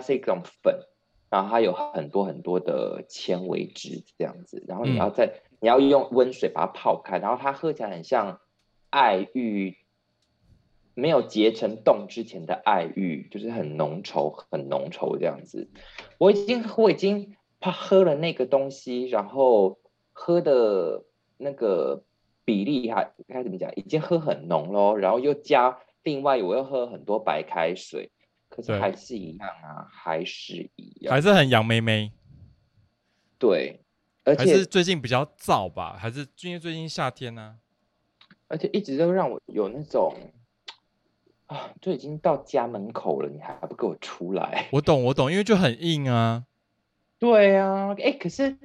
是一种粉，然后它有很多很多的纤维质这样子，然后你要在、你要用温水把它泡开，然后它喝起来很像爱玉，没有结成冻之前的爱玉，就是很浓稠很浓稠这样子。我已经我已经怕喝了那个东西，然后喝的那个比例还该怎么讲，已经喝很浓喽，然后又加另外我又喝很多白开水，可是对还是一样啊，还是一样，还是很杨妹妹，对，而还且是最近比较燥吧？还是因为最近夏天啊呢、而且一直都让我有那种啊，就已经到家门口了，你还不给我出来？我懂，我懂，因为就很硬啊。对啊，哎，可是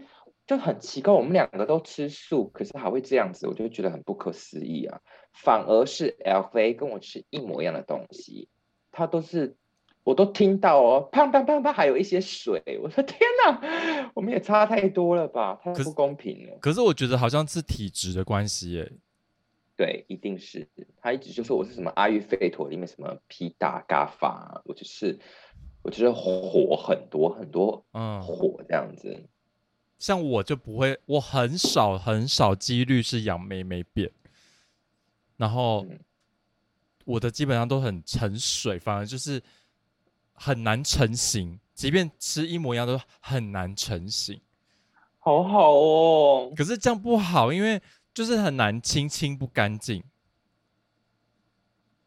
就很奇怪，我们两个都吃素，可是还会这样子，我就觉得很不可思议啊。反而是 L A 跟我吃一模一样的东西，他都是。我都听到哦，砰砰砰砰，还有一些水。我说天哪，我们也差太多了吧？太可是不公平了。可是我觉得好像是体质的关系耶。对，一定是他一直就说我是什么阿育吠陀里面什么皮达嘎法，啊我就是我就是火很多很多嗯，火这样子。像我就不会，我很少很少几率是杨妹妹变，然后嗯我的基本上都很沉水，反而就是很难成型，即便吃一模一样都很难成型。好好哦，可是这样不好，因为就是很难清清不干净。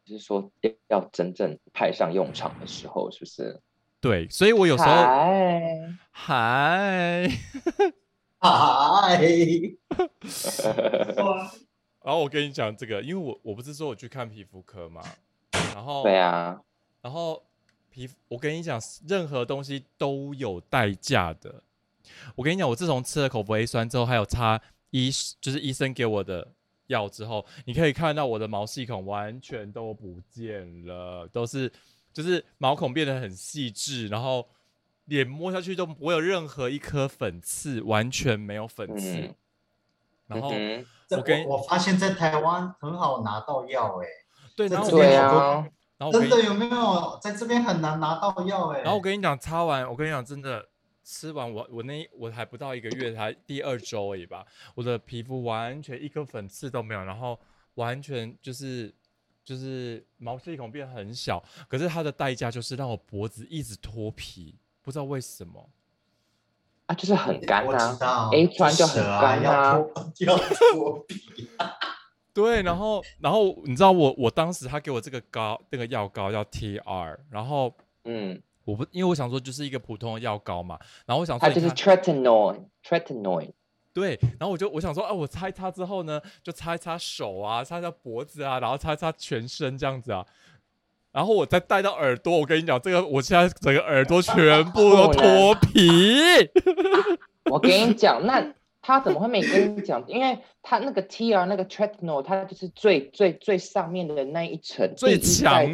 就是说要要真正派上用场的时候，是不是？对，所以我有时候嗨，嗨，嗨， 然后我跟你讲这个，因为我我不是说我去看皮肤科嘛，然后对啊，然后皮肤，我跟你讲，任何东西都有代价的。我跟你讲，我自从吃了口服 A 酸之后，还有擦医就是医生给我的药之后，你可以看到我的毛细孔完全都不见了，都是就是毛孔变得很细致，然后脸摸下去都不会有任何一颗粉刺，完全没有粉刺。嗯然后、嗯这我跟我我发现，在台湾很好拿到药哎、对，这然后哼，我这对跟你边讲，啊，然后我跟真你的有没有？在这边很难拿到药哎、然后我跟你讲，擦完，我跟你讲，真的吃完我我那一我还不到一个月，才第二周而已吧，我的皮肤完全一颗粉刺都没有，然后完全就是就是毛细孔变很小，可是它的代价就是让我脖子一直脱皮，不知道为什么。啊，就是很干我知啊，道 A 穿就很蛇啊，干啊 要脱要脱皮，对，然后然后你知道我我当时他给我这个膏那个药膏叫 TR，然后嗯，我不因为我想说就是一个普通的药膏嘛，然后我想说它你就是看 tretinoin，tretinoin，对，然后我就我想说，啊，我擦一擦之后呢，就擦一擦手啊，擦一擦脖子啊，然后擦一擦全身这样子啊，然后我再戴到耳朵，我跟你讲，这个我现在整个耳朵全部都脱皮，我 跟你讲，那他怎么会没跟你讲？因为他那个 T R 那个 Tretino，它就是最最最上面的那一层第最一代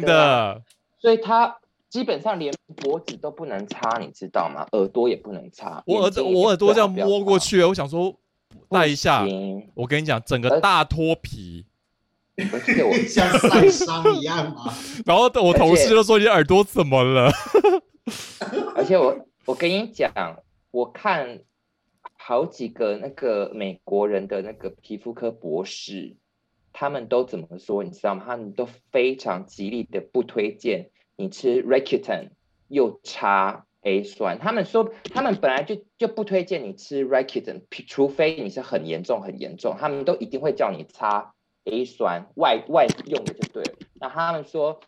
啊强的，所以他基本上连脖子都不能擦，你知道吗？耳朵也不能擦，我耳眼睛朵也我耳朵这样不要擦摸过，去，我想说戴一下不，行我跟你讲，整个而大脱皮，而且 我像晒伤一样 啊！然后我而同事且就说你耳朵怎么了？而且我我跟你讲，我看好几个那个美国人的那个皮肤科博士，他们都怎么说，你知道吗？他们都非常极力的不推荐你吃 Reckitan 又擦 A 酸，他们说他们本来就就不推荐你吃 Reckitan，除除非你是很严重很严重，他们都一定会叫你擦 A 酸外外用的就对了。那他们说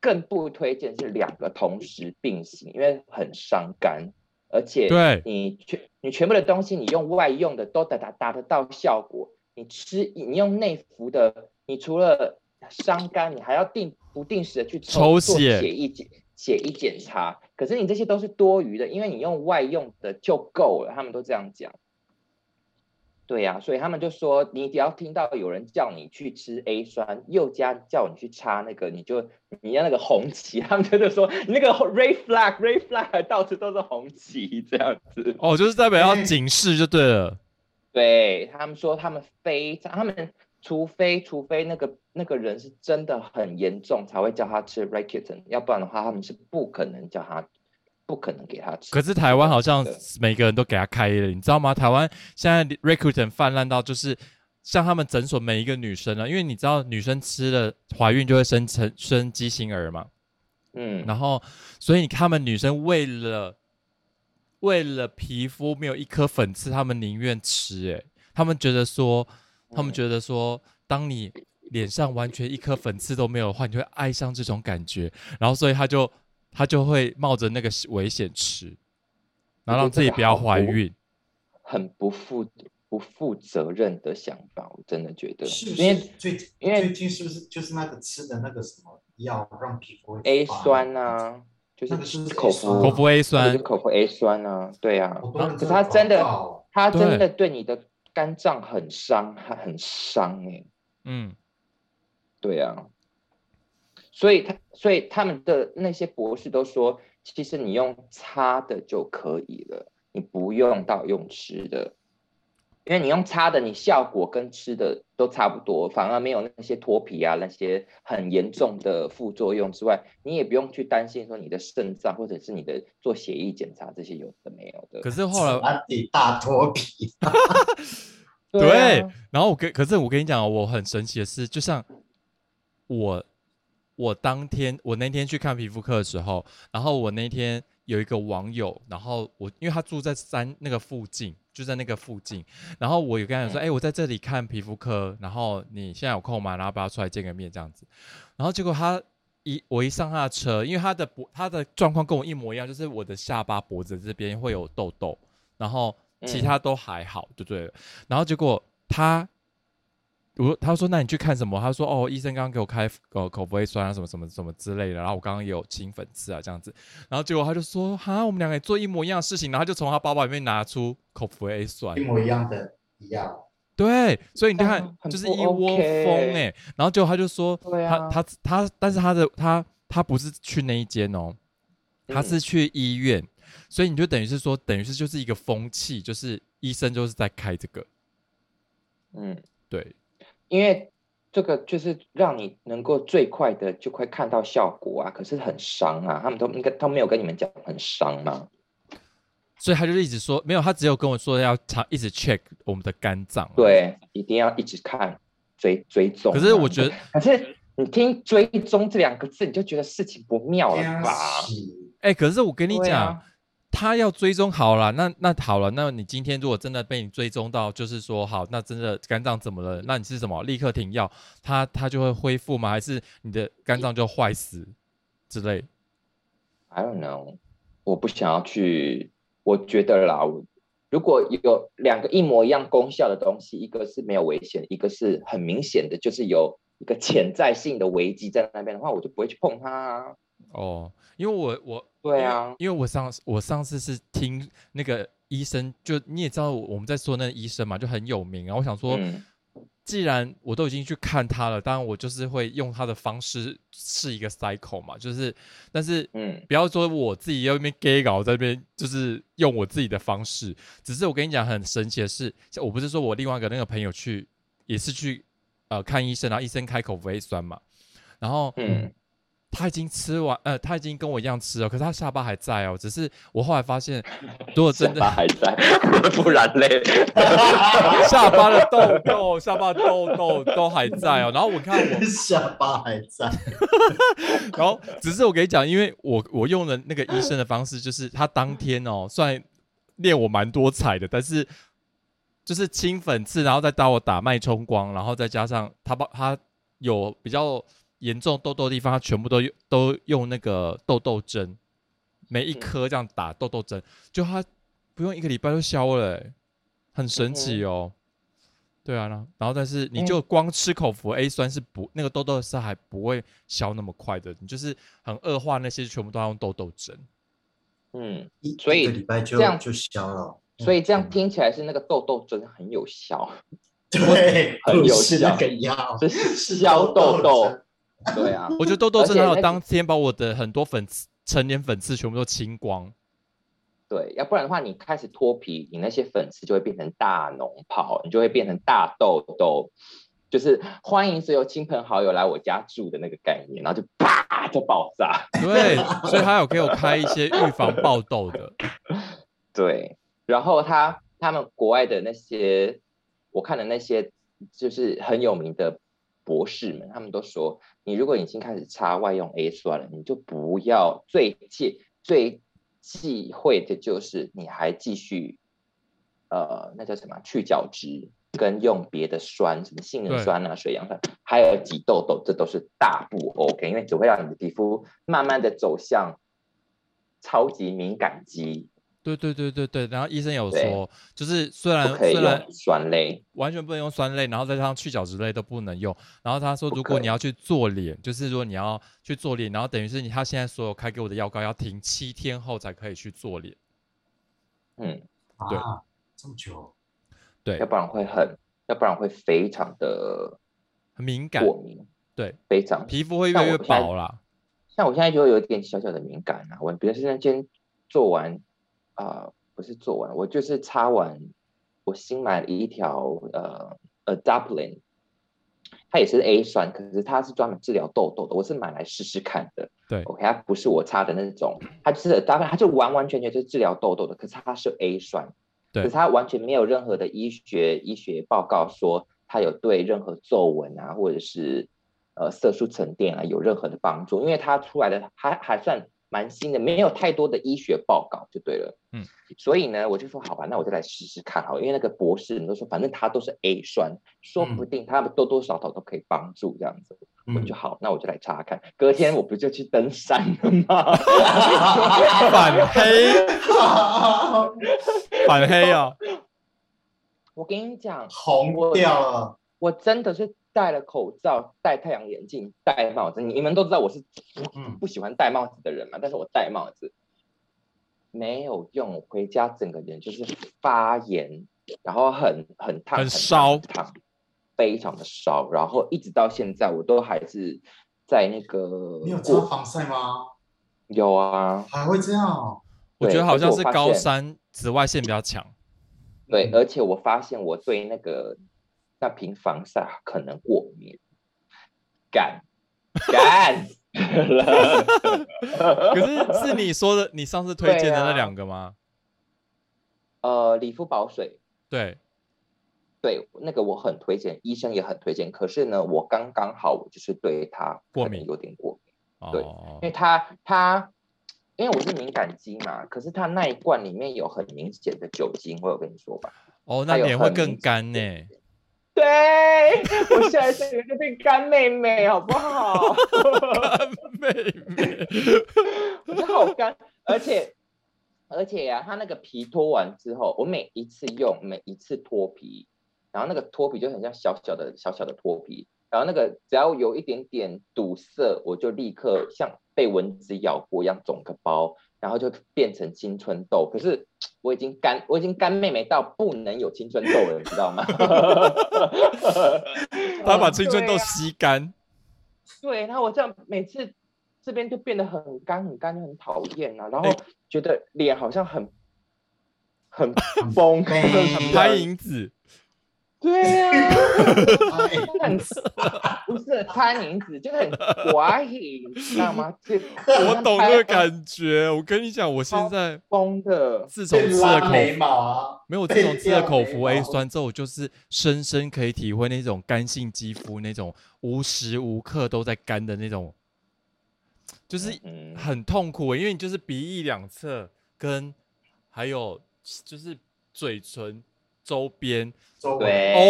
更不推荐是两个同时并行，因为很伤肝，而 且对你全你全部的东西你用外用的都达达达得到效果，你吃你用内服的，你除了伤肝，你还要定不定时的去抽抽做血血液检血液检查，可是你这些都是多余的，因为你用外用的就够了，他们都这样讲。对呀、所以他们就说，你只要听到有人叫你去吃 A 酸，又加叫你去擦那个，你就你要那个红旗，他们就是说你那个 red flag red flag 到处都是红旗这样子。哦，就是代表 要哎警示就对了，对他们说，他们非常，他们除非除非那个那个人是真的很严重，才会叫他吃 Rakitan，要不然的话，他们是不可能叫他不可能给他吃。可是台湾好像对每个人都给他开了，你知道吗？台湾现在 Recruiten 泛滥到就是像他们诊所每一个女生啊，因为你知道女生吃了怀孕就会生成生畸形儿嘛，嗯，然后所以他们女生为了为了皮肤没有一颗粉刺，他们宁愿吃、欸，他们觉得说，他们嗯觉得说，当你脸上完全一颗粉刺都没有的话，你会爱上这种感觉，然后所以他就他就会冒着那个危险吃，然后让自己不要怀孕。很不负不负责任的想法，我真的觉得，是不因是为最因为最近是不是就是那个吃的那个什么药让皮肤会 A 发酸啊，就那个是是 A 口酸服口服 A 就酸是，口服 A 酸啊，对啊好，多人可是它真的广告哦它对真的对你的肝脏很伤，它很伤哎、嗯，对啊，所以他所以他们的那些博士都说，其实你用擦的就可以了，你不用到用吃的，因为你用擦的，你效果跟吃的都差不多，反而没有那些脱皮啊那些很严重的副作用之外，你也不用去担心说你的肾脏或者是你的做血液检查这些有的没有的。可是是后来安迪啊大脱皮，对对啊，然后我跟，可是我跟你讲哦，我很神奇的是，就像我，我当天我那天去看皮肤科的时候，然后我那天有一个网友，然后我因为他住在山那个附近，就在那个附近，然后我有跟他讲嗯说，哎、我在这里看皮肤科，然后你现在有空吗？然后不要出来见个面这样子，然后结果他。一我一上他的车，因为他的脖他的状况跟我一模一样，就是我的下巴脖子这边会有痘痘，然后其嗯他都还好，就对了。然后结果他，我他说那你去看什么？他说哦，医生刚刚给我开呃口服 A 酸啊，什么什么什么之类的。然后我刚刚也有清粉刺啊这样子。然后结果他就说哈，我们两个也做一模一样的事情，然后他就从他包包里面拿出口服 A 酸一，模一样的药，对，所以你看、啊很就是不一窝蜂 OK 哎、然后结果他就说对他啊他他，但是他的他他不是去那一间哦，嗯他是去医院，所以你就等于是说等于是就是一个风气，就是医生就是在开这个，嗯。对，因为这个就是让你能够最快的就快看到效果啊，可是很伤啊。他们都应该他没有跟你们讲很伤吗？所以他就一直说没有，他只有跟我说要查，一直 check 我们的肝脏。，啊对，一定要一直看追追踪啊、可是我觉得可是你听“追踪”这两个字，你就觉得事情不妙了天吧？使哎、可是我跟你对讲，啊他要追踪好了，那那好了，那你今天如果真的被你追踪到，就是说好，那真的肝脏怎么了？那你是什么？立刻停药，它它就会恢复吗？还是你的肝脏就坏死之类？ I don't know，我不想要去。我觉得啦，我如果有两个一模一样功效的东西，一个是没有危险，一个是很明显的，就是有一个潜在性的危机在那边的话，我就不会去碰它啊。哦，因为我我对因为啊因为我上我上次是听那个医生，就你也知道我们在说那个医生嘛，就很有名。然后我想说，嗯既然我都已经去看他了，当然我就是会用他的方式试一个 cycle 嘛，就是但是嗯，不要说我自己在那边 gay 搞，在那边就是用我自己的方式。只是我跟你讲，很神奇的是，像我不是说我另外一个那个朋友去也是去呃看医生，然后医生开口服 A 酸嘛，然后嗯他已经吃完，呃，他已经跟我一样吃了，可是他下巴还在哦。只是我后来发 现，如果 真的下巴还在，不然 嘞，下巴的痘痘、下巴的痘痘都还在哦。然后我看我， 下巴还在， 然后只是我跟你讲，因为我我用了那个医生的方式，就是他当天哦，算练我蛮多彩的，但是就是清粉刺，然后再打我打脉冲光，然后再加上他把他有比较严重痘痘的地方，他全部都用都用那个痘痘针，每一颗这样打痘痘针，就他不用一个礼拜就消了欸、很神奇哦。对啊，然后然后但是你嗯就光吃口服 A 酸是不、那个痘痘是还不会消那么快的，你就是很恶化那些全部都要用痘痘针。嗯，一所以一个礼拜就这样就消了。嗯所以这样听起来是那个痘痘针很有 效， 对，很不有是那效个药，是消痘痘。对啊，我觉得痘痘针而且还有那当天把我的很多粉刺、成年粉刺全部都清光。对，要不然的话，你开始脱皮，你那些粉刺就会变成大脓泡，你就会变成大痘痘，就是欢迎所有亲朋好友来我家住的那个概念，然后就啪就爆炸。对，所以他有给我开一些预防爆痘的，对，然后他他们国外的那些我看的那些就是很有名的博士们，他们都说，你如果已经开始擦外用 A 酸了，你就不要最忌最忌讳的就是你还继续呃那叫什么去角质。跟用别的酸，什么杏仁对酸啊、水杨酸，还有挤痘痘，这都是大不 OK，因为只会让你的皮肤慢慢的走向超级敏感肌，对对对对对。然后医生有对说，就是虽然不可以虽然用酸类。完全不能用酸类，然后再加上去角质类都不能用。然后他说，不如果可你要去做脸，就是如果你要去做脸，然后等于是你他现在所有开给我的药膏要停七天后才可以去做脸。嗯，对啊，这么久，对要，不然会很，要不然会非常的很敏感，过敏，对，非常。皮肤会越但来越我现在薄啦。像我现在就有一点小小的敏感啊，我比如说那天做完啊、不是做完，我就是擦完，我新买了一条呃呃 Dublin，它也是 A 酸，可是它是专门治疗痘痘的，我是买来试试看的。对，OK，它不是我擦的那种，它就是 Dublin，它就完完全全就是治疗痘痘的，可是它是 A 酸，对可是它完全没有任何的医学医学报告说它有对任何皱纹啊或者是呃色素沉淀啊有任何的帮助，因为它出来的还还算蛮新的，没有太多的医学报告就对了。嗯，所以呢，我就说好吧，那我就来试试看好了，因为那个博士们都说，反正它都是 A 酸，说嗯不定他们多多少少都可以帮助这样子。我嗯 就好，那我就来查看。隔天我不就去登山了吗？ 反黑，反黑啊！我跟你讲， 红掉了，我真的是戴了口罩、戴太阳眼镜、戴帽子。你们都知道我是嗯，不喜欢戴帽子的人嘛，但是我戴帽子没有用，我回家整个人就是发炎，然后很很烫，很烫烧很烫，非常的烧，然后一直到现在我都还是在那个你有擦过防晒吗？有啊，还会这样 哦？我觉得对好而且像我是发高现山紫外线比较强。对，嗯而且我发现我对那个那瓶防晒可能过敏，干干可是是你说的，你上次推荐的那对啊两个吗？ 呃，理肤宝水对，对，那个我很推荐，医生也很推荐。可是呢，我刚刚好，我就是对它过可能敏有点过敏，对哦因为，它它因为我是敏感肌嘛，可是它那一罐里面有很明显的酒精，我有跟你说吧？哦，那它有脸会很更明干呢、哎对， 我现在这个就变干妹妹，好不好？妹 妹，我觉得好干，而且而且呀、它那个皮脱完之后，我每一次用，每一次脱皮，然后那个脱皮就很像小小的小小的脱皮，然后那个只要有一点点堵塞，我就立刻像被蚊子咬过一样肿个包，然后就变成青春痘。可是我已经干，我已经干妹妹到不能有青春痘了，你知道吗？ 他把青春对痘啊吸干。对，然后我这样每次这边就变得很干很干，就很讨厌啊，然后哎觉得脸好像 很很崩， 悲很很啊拍拍银子，对啊， 哎很不是潘宁子，就是很寡影，你知道吗？ 就我懂那个觉，感觉。我跟你讲，我现好在崩的，自从被吃了拉口眉服毛啊，没有我自被从吃了掉口眉服 A 毛酸之后，我就是深深可以体会那种干性肌肤那种无时无刻都在干的那种，就是嗯，很痛苦欸，因为你就是鼻翼两侧跟还有就是嘴唇周边周围哎对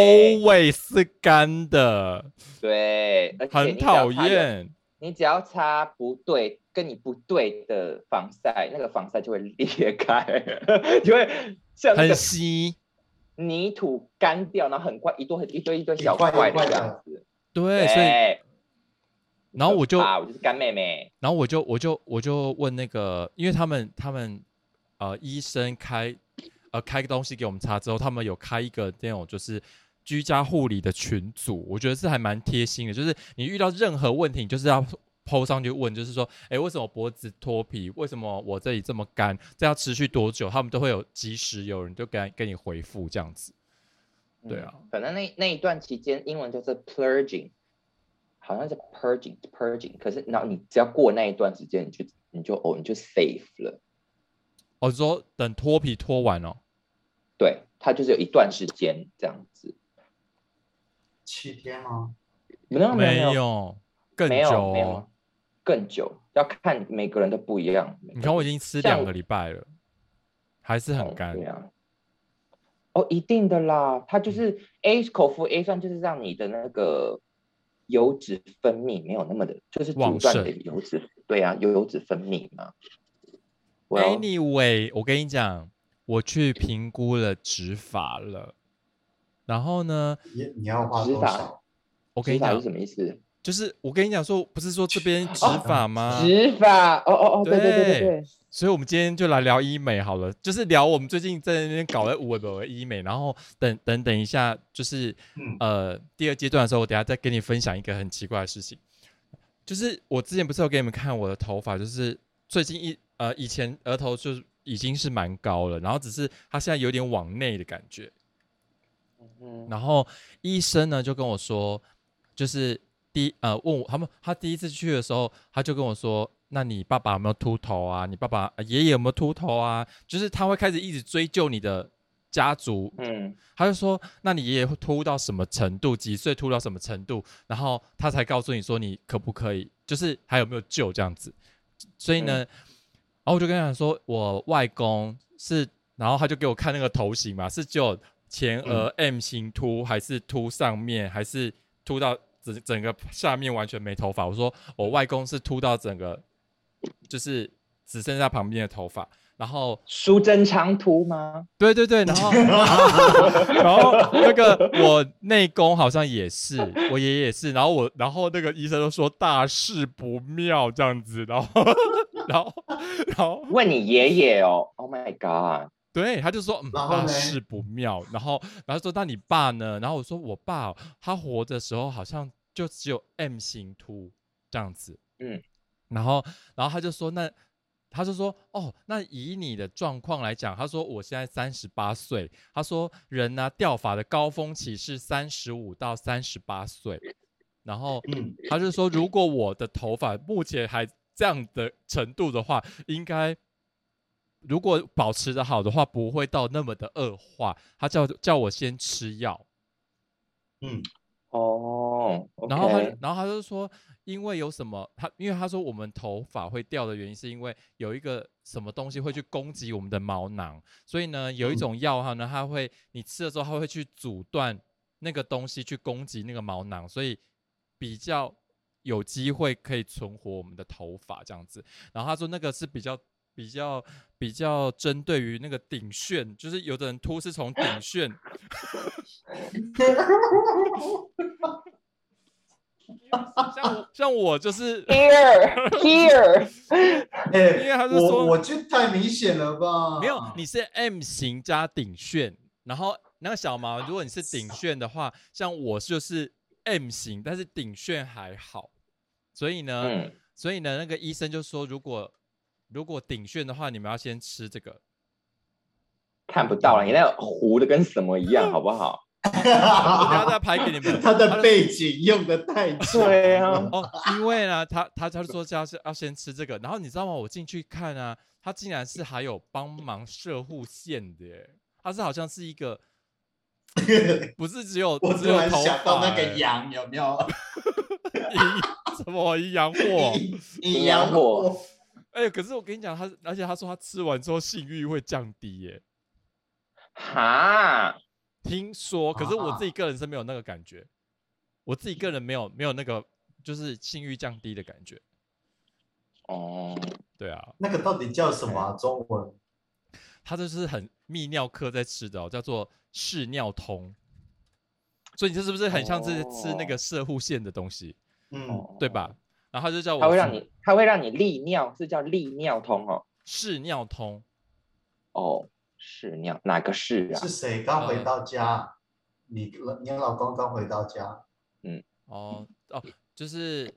always 是干的，对，而且很你只要讨擦任厌。你只要擦不对，跟你不对的防晒，那个防晒就会裂开， 就会像那很个稀，泥土干掉，然后很快一堆一堆一堆小一块块一的块这的样子。对，哎所以然后我就啊，我就是干妹妹，然后我就我就我就问那个，因为他们他们呃医生开呃开个东西给我们擦之后，他们有开一个那种就是居家护理的群组，我觉得是还蛮贴心的。就是你遇到任何问题，你就是要抛上去问，就是说，哎，为什么脖子脱皮？为什么我这里这么干？这要持续多久？他们都会有及时有人就给跟你回复这样子。对啊，反正那那一段期间，英文就是 purging，好像是 purging purging。可是，然后你只要过那一段时间，你就你就哦，你就 safe 了。哦，你说等脱皮脱完哦，对，它就是有一段时间这样子。七天吗？没有没有没有有，更没久有没有哦。更久，要看每个人都不一样。你看我已经吃像两个礼拜了，还是很哦干嗯对。啊。哦，一定的啦，它就是 A 口服 A 酸，就是让你的那个油脂分泌没有那么的，就是阻旺断你的盛油脂，对啊，油油脂分泌嘛。我哎要 Anyway，我跟你讲，我去评估了植发了，然后呢，你你要花执多法少？我跟执你法讲是，什么意思？就是我跟你讲说，不是说这边植哦发吗？执法？哦哦哦，对对对对啊对对，所以，我们今天就来聊医美好了，就是聊我们最近在那边搞的五维的医美，然后等等等一下，就是嗯呃第二阶段的时候，我等一下再跟你分享一个很奇怪的事情，就是我之前不是有给你们看我的头发，就是最近一呃以前额头就是已经是蛮高了，然后只是它现在有点往内的感觉，嗯，然后医生呢就跟我说，就是第一呃问我他们他第一次去的时候，他就跟我说，那你爸爸有没有秃头啊？你爸爸呃爷爷有没有秃头啊？就是他会开始一直追究你的家族，嗯，他就说，那你爷爷会秃到什么程度，几岁秃到什么程度，然后他才告诉你说你可不可以，就是还有没有救这样子。所以呢，然后我就跟他讲说，我外公是，然后他就给我看那个头型嘛，是只有前额 M 型秃，还是秃上面，还是秃到整整个下面完全没头发？我说我外公是秃到整个，就是只剩下旁边的头发。然后，书针长途吗？对对对，然后， 然后那个我内功好像也是，我爷爷也是，然后我，然后那个医生就说大事不妙这样子，然后， 然后，然后问你爷爷哦，Oh my god，对，他就说嗯，然后大嘞事不妙。然后，然后说那你爸呢？然后我说我爸哦他活的时候好像就只有 M 型秃这样子，嗯，然后，然后他就说那。他就说：“哦，那以你的状况来讲，他说我现在三十八岁。他说人呢、掉发的高峰期是三十五到三十八岁。然后嗯，他就说，如果我的头发目前还这样的程度的话，应该如果保持的好的话，不会到那么的恶化。他叫叫我先吃药，嗯哦然后他就，OK，然后他就说，因为有什么他，因为他说我们头发会掉的原因，是因为有一个什么东西会去攻击我们的毛囊，所以呢，有一嗯种药哈呢，它会你吃了之后，它会去阻断那个东西去攻击那个毛囊，所以比较有机会可以存活我们的头发这样子。然后他说那个是比较比较比较针对于那个顶旋，就是有的人秃是从顶旋 像我像我就是 here here，哎，因为他就说我我就太明显了吧？ 没有，你是 M 型加顶旋，然后那个小毛，如果你是顶旋的话，像我就是 M 型，但是顶旋还好，所以呢，嗯，所以呢，那个医生就说，如果如果顶旋的话，你们要先吃这个。看不嗯到了，你那个糊的跟什么一样，好不好？我等一下再拍给你们。他的就背景用的太久了对 啊，哦，因为呢，他他他就说要是要先吃这个，然后你知道吗？我进去看啊，他竟然是还有帮忙射护线的耶，他是好像是一个，不是只有我只突有然头想到发那个耶羊有 没有？阴什么阴阳货？ 阴阴阴阳阳火火，哎、可是我跟你讲，他而且他说他吃完之后性欲会降低耶，哈，听说，可是我自己啊个人是没有那个感觉，我自己个人没有没有那个就是性欲降低的感觉。哦，对啊，那个到底叫什么啊、中文？他就是很泌尿科在吃的哦，叫做视尿通。所以你这是不是很像是吃那个哦射护线的东西，嗯，对吧？？然后他就叫我它会让吃你，它会让你利尿，是叫利尿通哦。视尿通，哦，是尿，哪个是啊是？谁刚回到家？你你老公刚回到家，哦哦，就是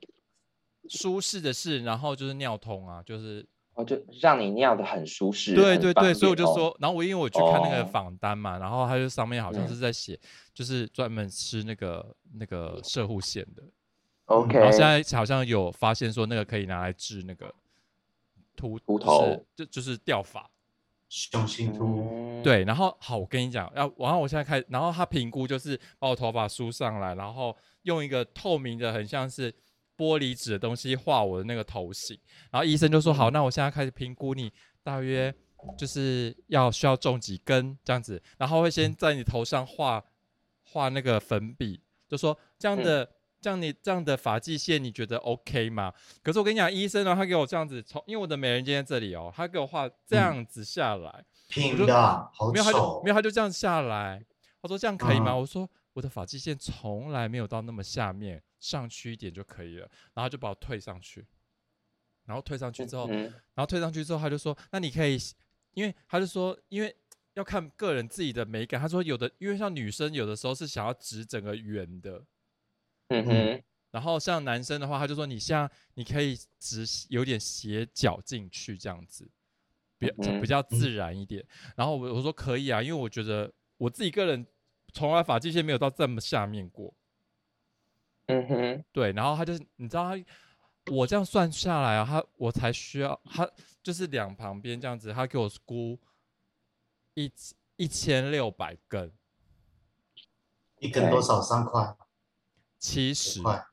舒适的适，然后就是尿通啊，就是后就让你尿的很舒适，对很对方对，所以我就便哦说，，然后我因为我去看那个哦访单嘛，然后他就上面好像嗯是在写，就是专门吃那个那个射护线的， OK，嗯然后现在好像有发现说那个可以拿来治那个秃秃就是头就就是掉发。雄性秃，嗯，对，然后好，我跟你讲，要然后我现在开，然后他评估就是把我头发梳上来，然后用一个透明的很像是玻璃纸的东西画我的那个头型，然后医生就说好，那我现在开始评估你大约就是要需要种几根这样子，然后会先在你头上画画那个粉笔，就说这样的、这样你这样的发际线你觉得 OK 吗？可是我跟你讲，医生呢，他给我这样子从，因为我的美人尖在这里哦，他给我画这嗯样子下来。平的啊，好没有，他就丑没，有，他就这样下来。他说这样可以吗？嗯我说我的发际线从来没有到那么下面，上去一点就可以了。然后他就把我推上去，然后推上去之后，嗯，然后推上去之后，他就说，那你可以，因为他就说，因为要看个人自己的美感。他说有的，因为像女生有的时候是想要直整个圆的，嗯哼，然后像男生的话，他就说你像你可以直有点斜角进去这样子，比较嗯比较自然一点。然后我我说可以啊，因为我觉得我自己个人从来发际线没有到这么下面过。嗯哼，对，然后他就是你知道他，我这样算下来啊，他我才需要他就是两旁边这样子，他给我估一一千六百根，一根多少？三块，七十十，块，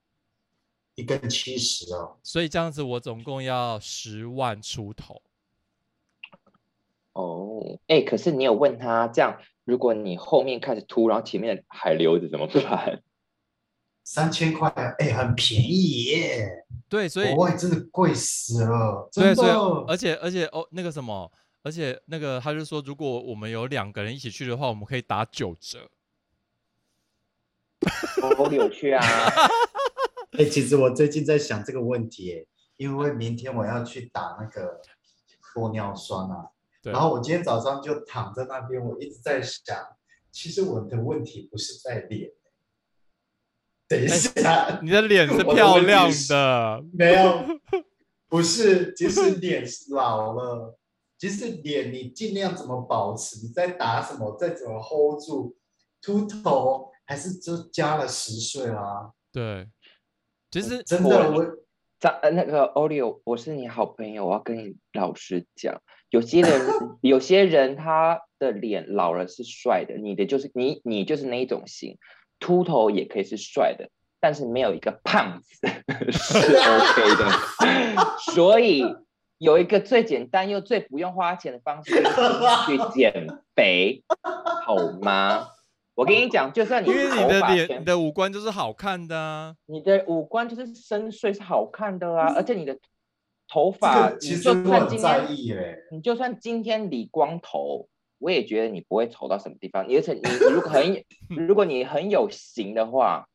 一根七十哦，所以这样子我总共要十万出头。哦，哎，可是你有问他这样，如果你后面开始秃，然后前面还留着怎么 办？三千块，哎，很便宜耶，对，哦所以国外真的贵死了，对，真所以的而，且而且哦，那个什么，而且那个他就说，如果我们有两个人一起去的话，我们可以打九折。我有去啊， 哎，其实我最近在想这个问题耶，因为明天我要去打那个玻尿酸啊，对，然后我今天早上就躺在那边，我一直在想，其实我的问题不是在脸。等一下，你的脸是我的漂问题亮是的，没有，不是，其实脸是老了，其实脸你尽量怎么保持，你在打什么，再怎么 hold 住，秃头还是就加了十岁啦、对，其实真我的，我张呃那个 Oreo，我是你好朋友，我要跟你老实讲，有些 人有些人他的脸老了是帅的，你的就是你你就是那一种型，秃头也可以是帅的，但是没有一个胖 子是 OK 的， 所以有一个最简单又最不用花钱的方式就是 去减肥，好吗？我跟你讲，就算你因为头你的发脸、全你的五官就是好看的啊。你的五官就是深邃是好看的啊，而且你的头这发，个你其实就我算很今在天意耶，你就算今天理光头，我也觉得你不会丑到什么地方。而且你你如果 很如果你很有型的话，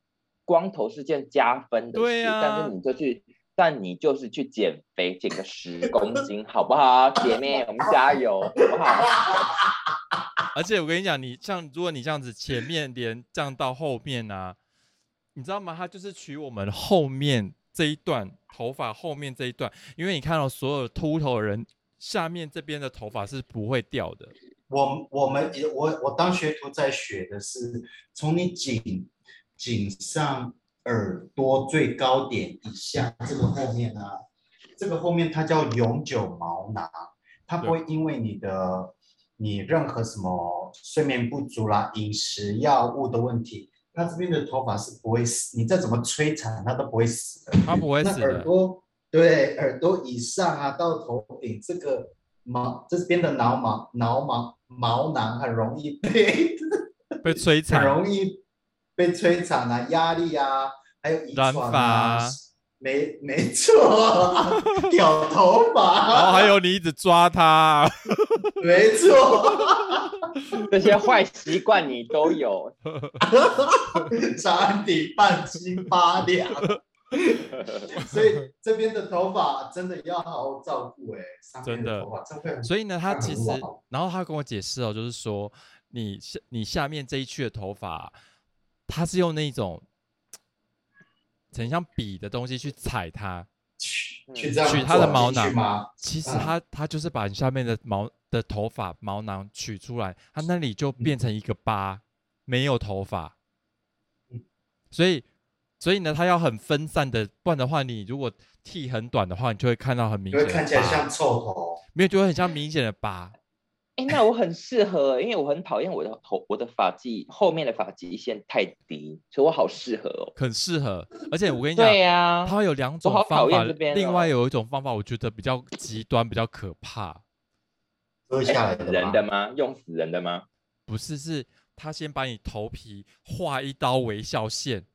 光头是件加分的事。对啊但是你就去，但你就是去减肥，减个十公斤，好不好，姐妹？我们加油，好不好？而且我跟你讲，你像如果你这样子前面连这样到后面啊，你知道吗？他就是取我们后面这一段头发后面这一段，因为你看到、哦所有秃头的人下面这边的头发是不会掉的。我我们也我我当学徒在学的是从你颈颈上耳朵最高点以下这个后面啊，这个后面它叫永久毛囊，它不会因为你的你任何什么睡眠不足啦、饮食药物的问题，它这边的头发是不会死，你再怎么摧残它都不会死的。他不会那死耳的。朵对耳朵以上啊到头顶这个毛这边的挠毛挠毛毛囊很容易被被摧很残，容易被摧残啊，压力啊，还有遗传 染啊发，没没错，啊掉头 然后发，还有你一直抓他，没错， 这些坏习惯你都有，查理半斤八两。所以这边的头发真的要好好照顾哎、上面真的的头发真会 很所以呢，他看其很实老，然后他跟我解释哦，就是说你下你下面这一区的头发，他是用那种很像笔的东西去踩它，去这嗯样取它的做毛进去囊吗？其实嗯它它就是把你下面的毛的头发毛囊取出来，它那里就变成一个疤，没有头发嗯。所以所以呢，它要很分散的，不然的话，你如果剃很短的话，你就会看到很明因显为的看起来疤像臭头。没有就会很像明显的疤。哎，那我很适合欸，因为我很讨厌我的头，我的发际后面的发际线太低，所以我好适合哦。很适合。而且我跟你讲，对啊呀、它有两种好方讨法厌这，边另哦外有一种方法我觉得比较极端，比较可怕。割下来死的哎人吗的吗？用死人的吗？不是，是他先把你头皮划一刀微笑线，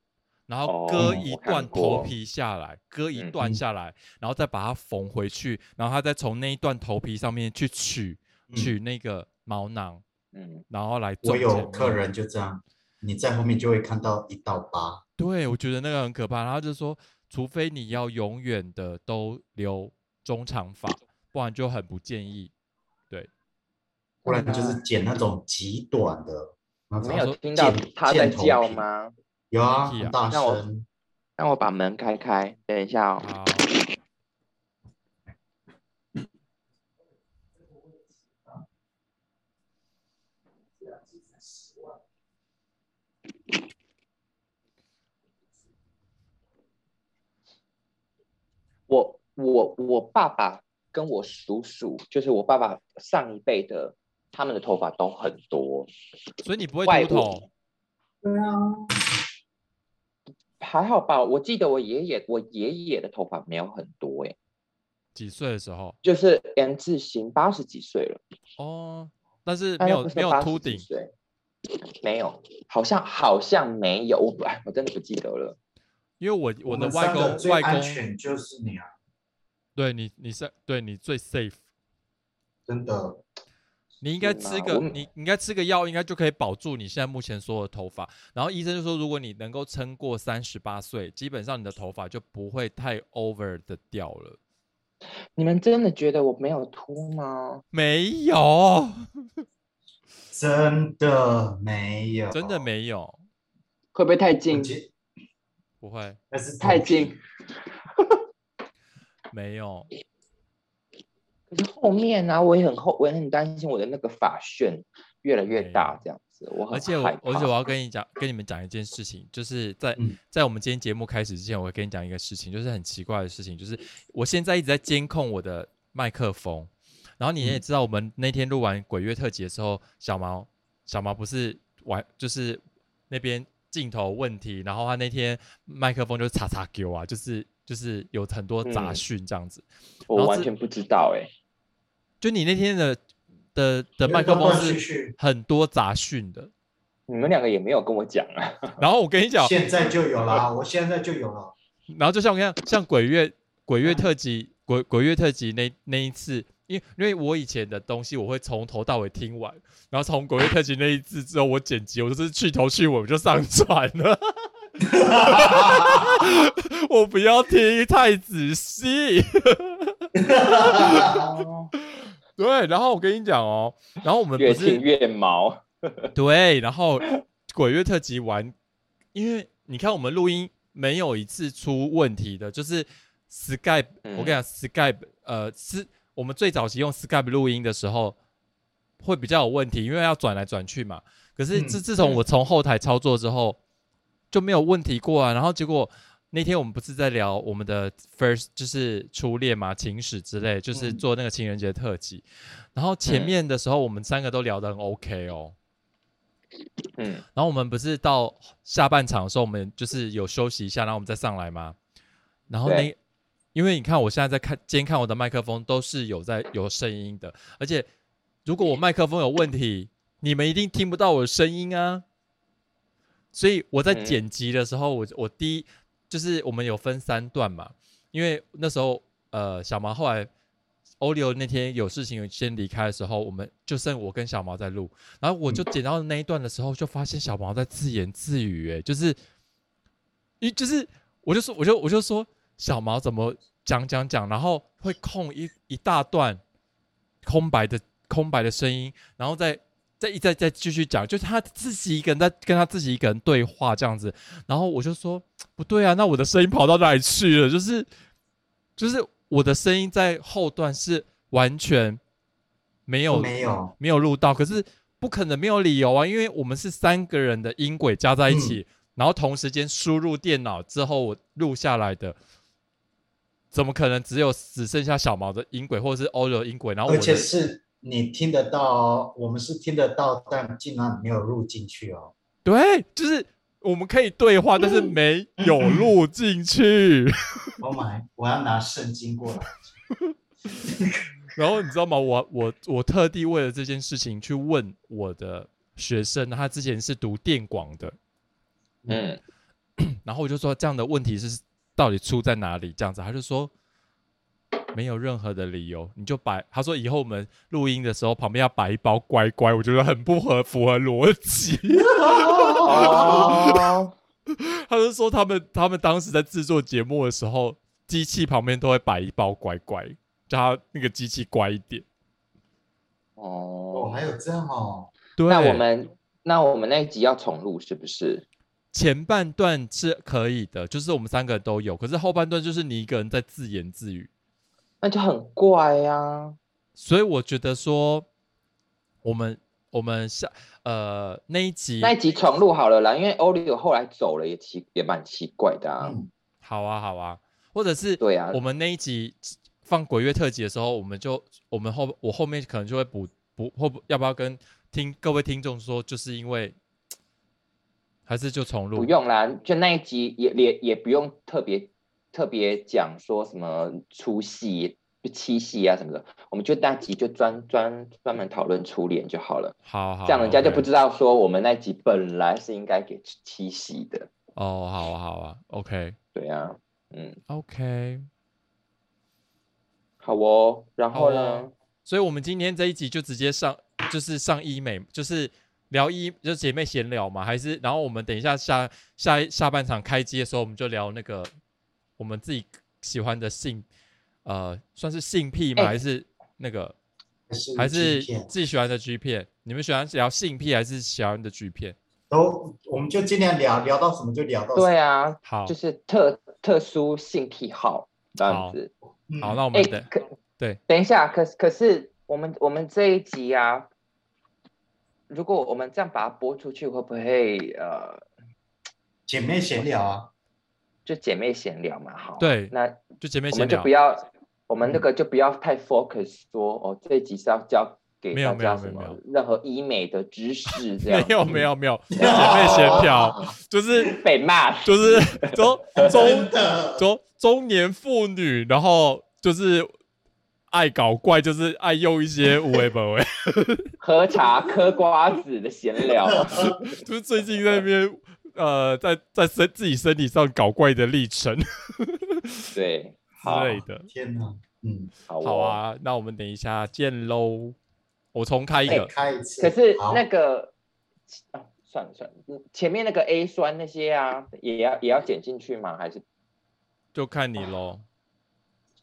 然后哦割我一看段头过皮下来，割一嗯段嗯下来，然后再把它缝回去，然后他再从那一段头皮上面去取、嗯取那个毛囊，嗯，然后来种我前有客面人就这样，你在后面就会看到一道疤。对，我觉得那个很可怕。然后就说，除非你要永远的都留中长发，不然就很不建议。不然就是剪那种极短的。然嗯后你没想有说听到剪他在剪头皮叫吗？有啊，屁啊很大那我声。让我把门开开，等一下哦。好，我我我爸爸跟我叔叔，就是我爸爸上一辈的，他们的头发都很多，所以你不会外秃头国对啊，还好吧？我记得我爷爷，我爷爷的头发没有很多、欸，几岁的时候就是 M 字形，八十几岁了，哦，但是他没又有不是没有80秃几顶，岁，没有，好像好像没有，我不，哎我真的不记得了。因为我我的们外三个公最外安公全就是你啊，对你你是对你最 safe，真的。你应该是吗吃我个们你你应该吃个药，应该就可以保住你现在目前所有的头发。然后医生就说，如果你能够撑过三十八岁，基本上你的头发就不会太 over 的掉了。你们真的觉得我没有秃吗？没有，真的没有，真的。没有，会不会太我近？记不会，那是太头皮近。没有。可是后面啊，我也很后，我也很担心我的那个发旋越来越大，这样子，我很而且我害，怕。而且我要跟你讲，跟你们讲一件事情，就是在、嗯在我们今天节目开始之前，我会跟你讲一个事情，就是很奇怪的事情，就是我现在一直在监控我的麦克风。然后你也嗯知道，我们那天录完鬼月特辑的时候，小毛小毛不是玩，就是那边镜头问题，然后他那天麦克风就叉叉给我啊，就是就是有很多杂嗯讯这样子。我然后完是全不知道哎、就你那天的的的有麦克断风断续是续，很多杂讯的，你们两个也没有跟我讲啊。然后我跟你讲，现在就有啦，呃我现在就有了。然后就像我一样，像鬼月鬼月特辑鬼鬼月特辑那那一次，因为因为我以前的东西我会从头到尾听完，然后从鬼月特辑那一次之后，我剪辑我就是去头去尾我就上传了， 我不要听太仔细。对，然后我跟你讲哦，然后我们越哦不是听越毛。 对，然后鬼月特辑完，因为你看我们录音没有一次出问题的，就是 Skype，、我嗯跟你讲 Skype，呃，是我们最早期用 Skype 录音的时候会比较有问题，因为要转来转去嘛。可是自嗯自从我从后台操作之后就没有问题过啊。然后结果那天我们不是在聊我们的 first 就是初恋嘛，情史之类，就是嗯做那个情人节特辑。然后前嗯面的时候我们三个都聊得很 OK 哦。嗯，然后我们不是到下半场的时候，我们就是有休息一下，然后我们再上来嘛。然后那对，因为你看我现在在看监看我的麦克风都是有在有声音的，而且如果我麦克风有问题，你们一定听不到我的声音啊。所以我在嗯剪辑的时候，我我第一就是我们有分三段嘛，因为那时候呃小毛后来欧流那天有事情先离开的时候，我们就剩我跟小毛在录，然后我就剪到那一段的时候，就发现小毛在自言自语、欸，就是，一就是我就说我就我就说小毛怎么讲讲讲，然后会空一一大段空白的空白的声音，然后再。再一再再继续讲，就是他自己一个人在跟他自己一个人对话这样子，然后我就说不对啊，那我的声音跑到哪里去了？就是就是我的声音在后段是完全没有没有没有录到，可是不可能没有理由啊，因为我们是三个人的音轨加在一起，嗯然后同时间输入电脑之后我录下来的，怎么可能只有只剩下小毛的音轨或者是欧柔音轨？然后我而且的是你听得到哦，我们是听得到，但竟然没有录进去哦。对，就是我们可以对话，但是没有录进去。 Oh my，我 要拿圣经过来。然后你知道吗？我我我特地为了这件事情去问我的学生，他之前是读电广的，嗯，然后我就说这样的问题是到底出在哪里？这样子，他就说没有任何的理由，你就摆。他说以后我们录音的时候旁边要摆一包乖乖，我觉得很不合符合逻辑。哦，他就说他们他们当时在制作节目的时候，机器旁边都会摆一包乖乖，叫他那个机器乖一点。哦，哦，还有这样哦。对，那我们那我们那一集要重录是不是？前半段是可以的，就是我们三个人都有，可是后半段就是你一个人在自言自语，那就很怪啊呀。所以我觉得说我们我们下呃那一集那一集重录好了啦，因为欧丽后来走了也奇也蛮奇怪的啊。嗯，好啊好啊，或者是对啊我们那一集放鬼月特辑的时候，我们就我们后我后面可能就会补补后要不要跟听各位听众说，就是因为还是就重录不用啦，就那一集也也也不用特别特别讲说什么出戏、七戏啊什么的，我们就那集就专专专门讨论初恋就好了，好好，这样人家就哦 OK 不知道说我们那集本来是应该给七戏的，哦，好啊好啊，OK 对啊，嗯， OK。好哦，然后好呢哦？所以我们今天这一集就直接上，就是上医美，就是聊医，就是姐妹闲聊嘛，还是然后我们等一下下下一下半场开机的时候，我们就聊那个我们自己喜欢的性，呃，算是性癖吗？哎还是那个是还是欺骗自己喜欢的 G 片？你们喜欢聊性癖还是喜欢的 G 片？都，我们就尽量聊聊到什么就聊到什么。对啊，好，就是特特殊性癖好这好样子。嗯好，那我哎、们等、可对，等一下，可是可是我们我们这一集啊，如果我们这样把它播出去，会不会呃，姐妹闲聊啊，就姐妹闲聊嘛？好，对那就姐妹我闲们就聊嗯不。要，我们那个就不要太 focus 说哦，这一集是要教给没有大没有家没有什没么有任何医美的知 识这样 没子，有没有没有，姐对啊，妹闲聊就是 被骂，就是中中真的中中年妇女，然后就是爱搞怪，就是爱用一些无为本为，喝茶嗑瓜子的闲 聊， 就是最近在那边呃，在在身自己身体上搞怪的历程之对，好，类的。天哪，嗯，好、哦，好。啊，那我们等一下见喽。我重开一哎个，开一次。可是好那个，啊，算了算了，嗯前面那个 A 酸那些啊，也要也要剪进去吗？还是就看你 喽。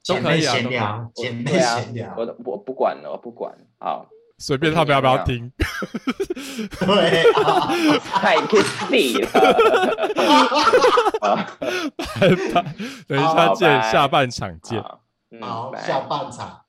姐都可妹以啊闲都聊，我姐妹对啊闲聊我，都我不管了，我不管。好，随便他们要不要听，对啊，太 p 了。拜拜。等一下好见， 拜下半场见。 好，嗯，好，拜下半场。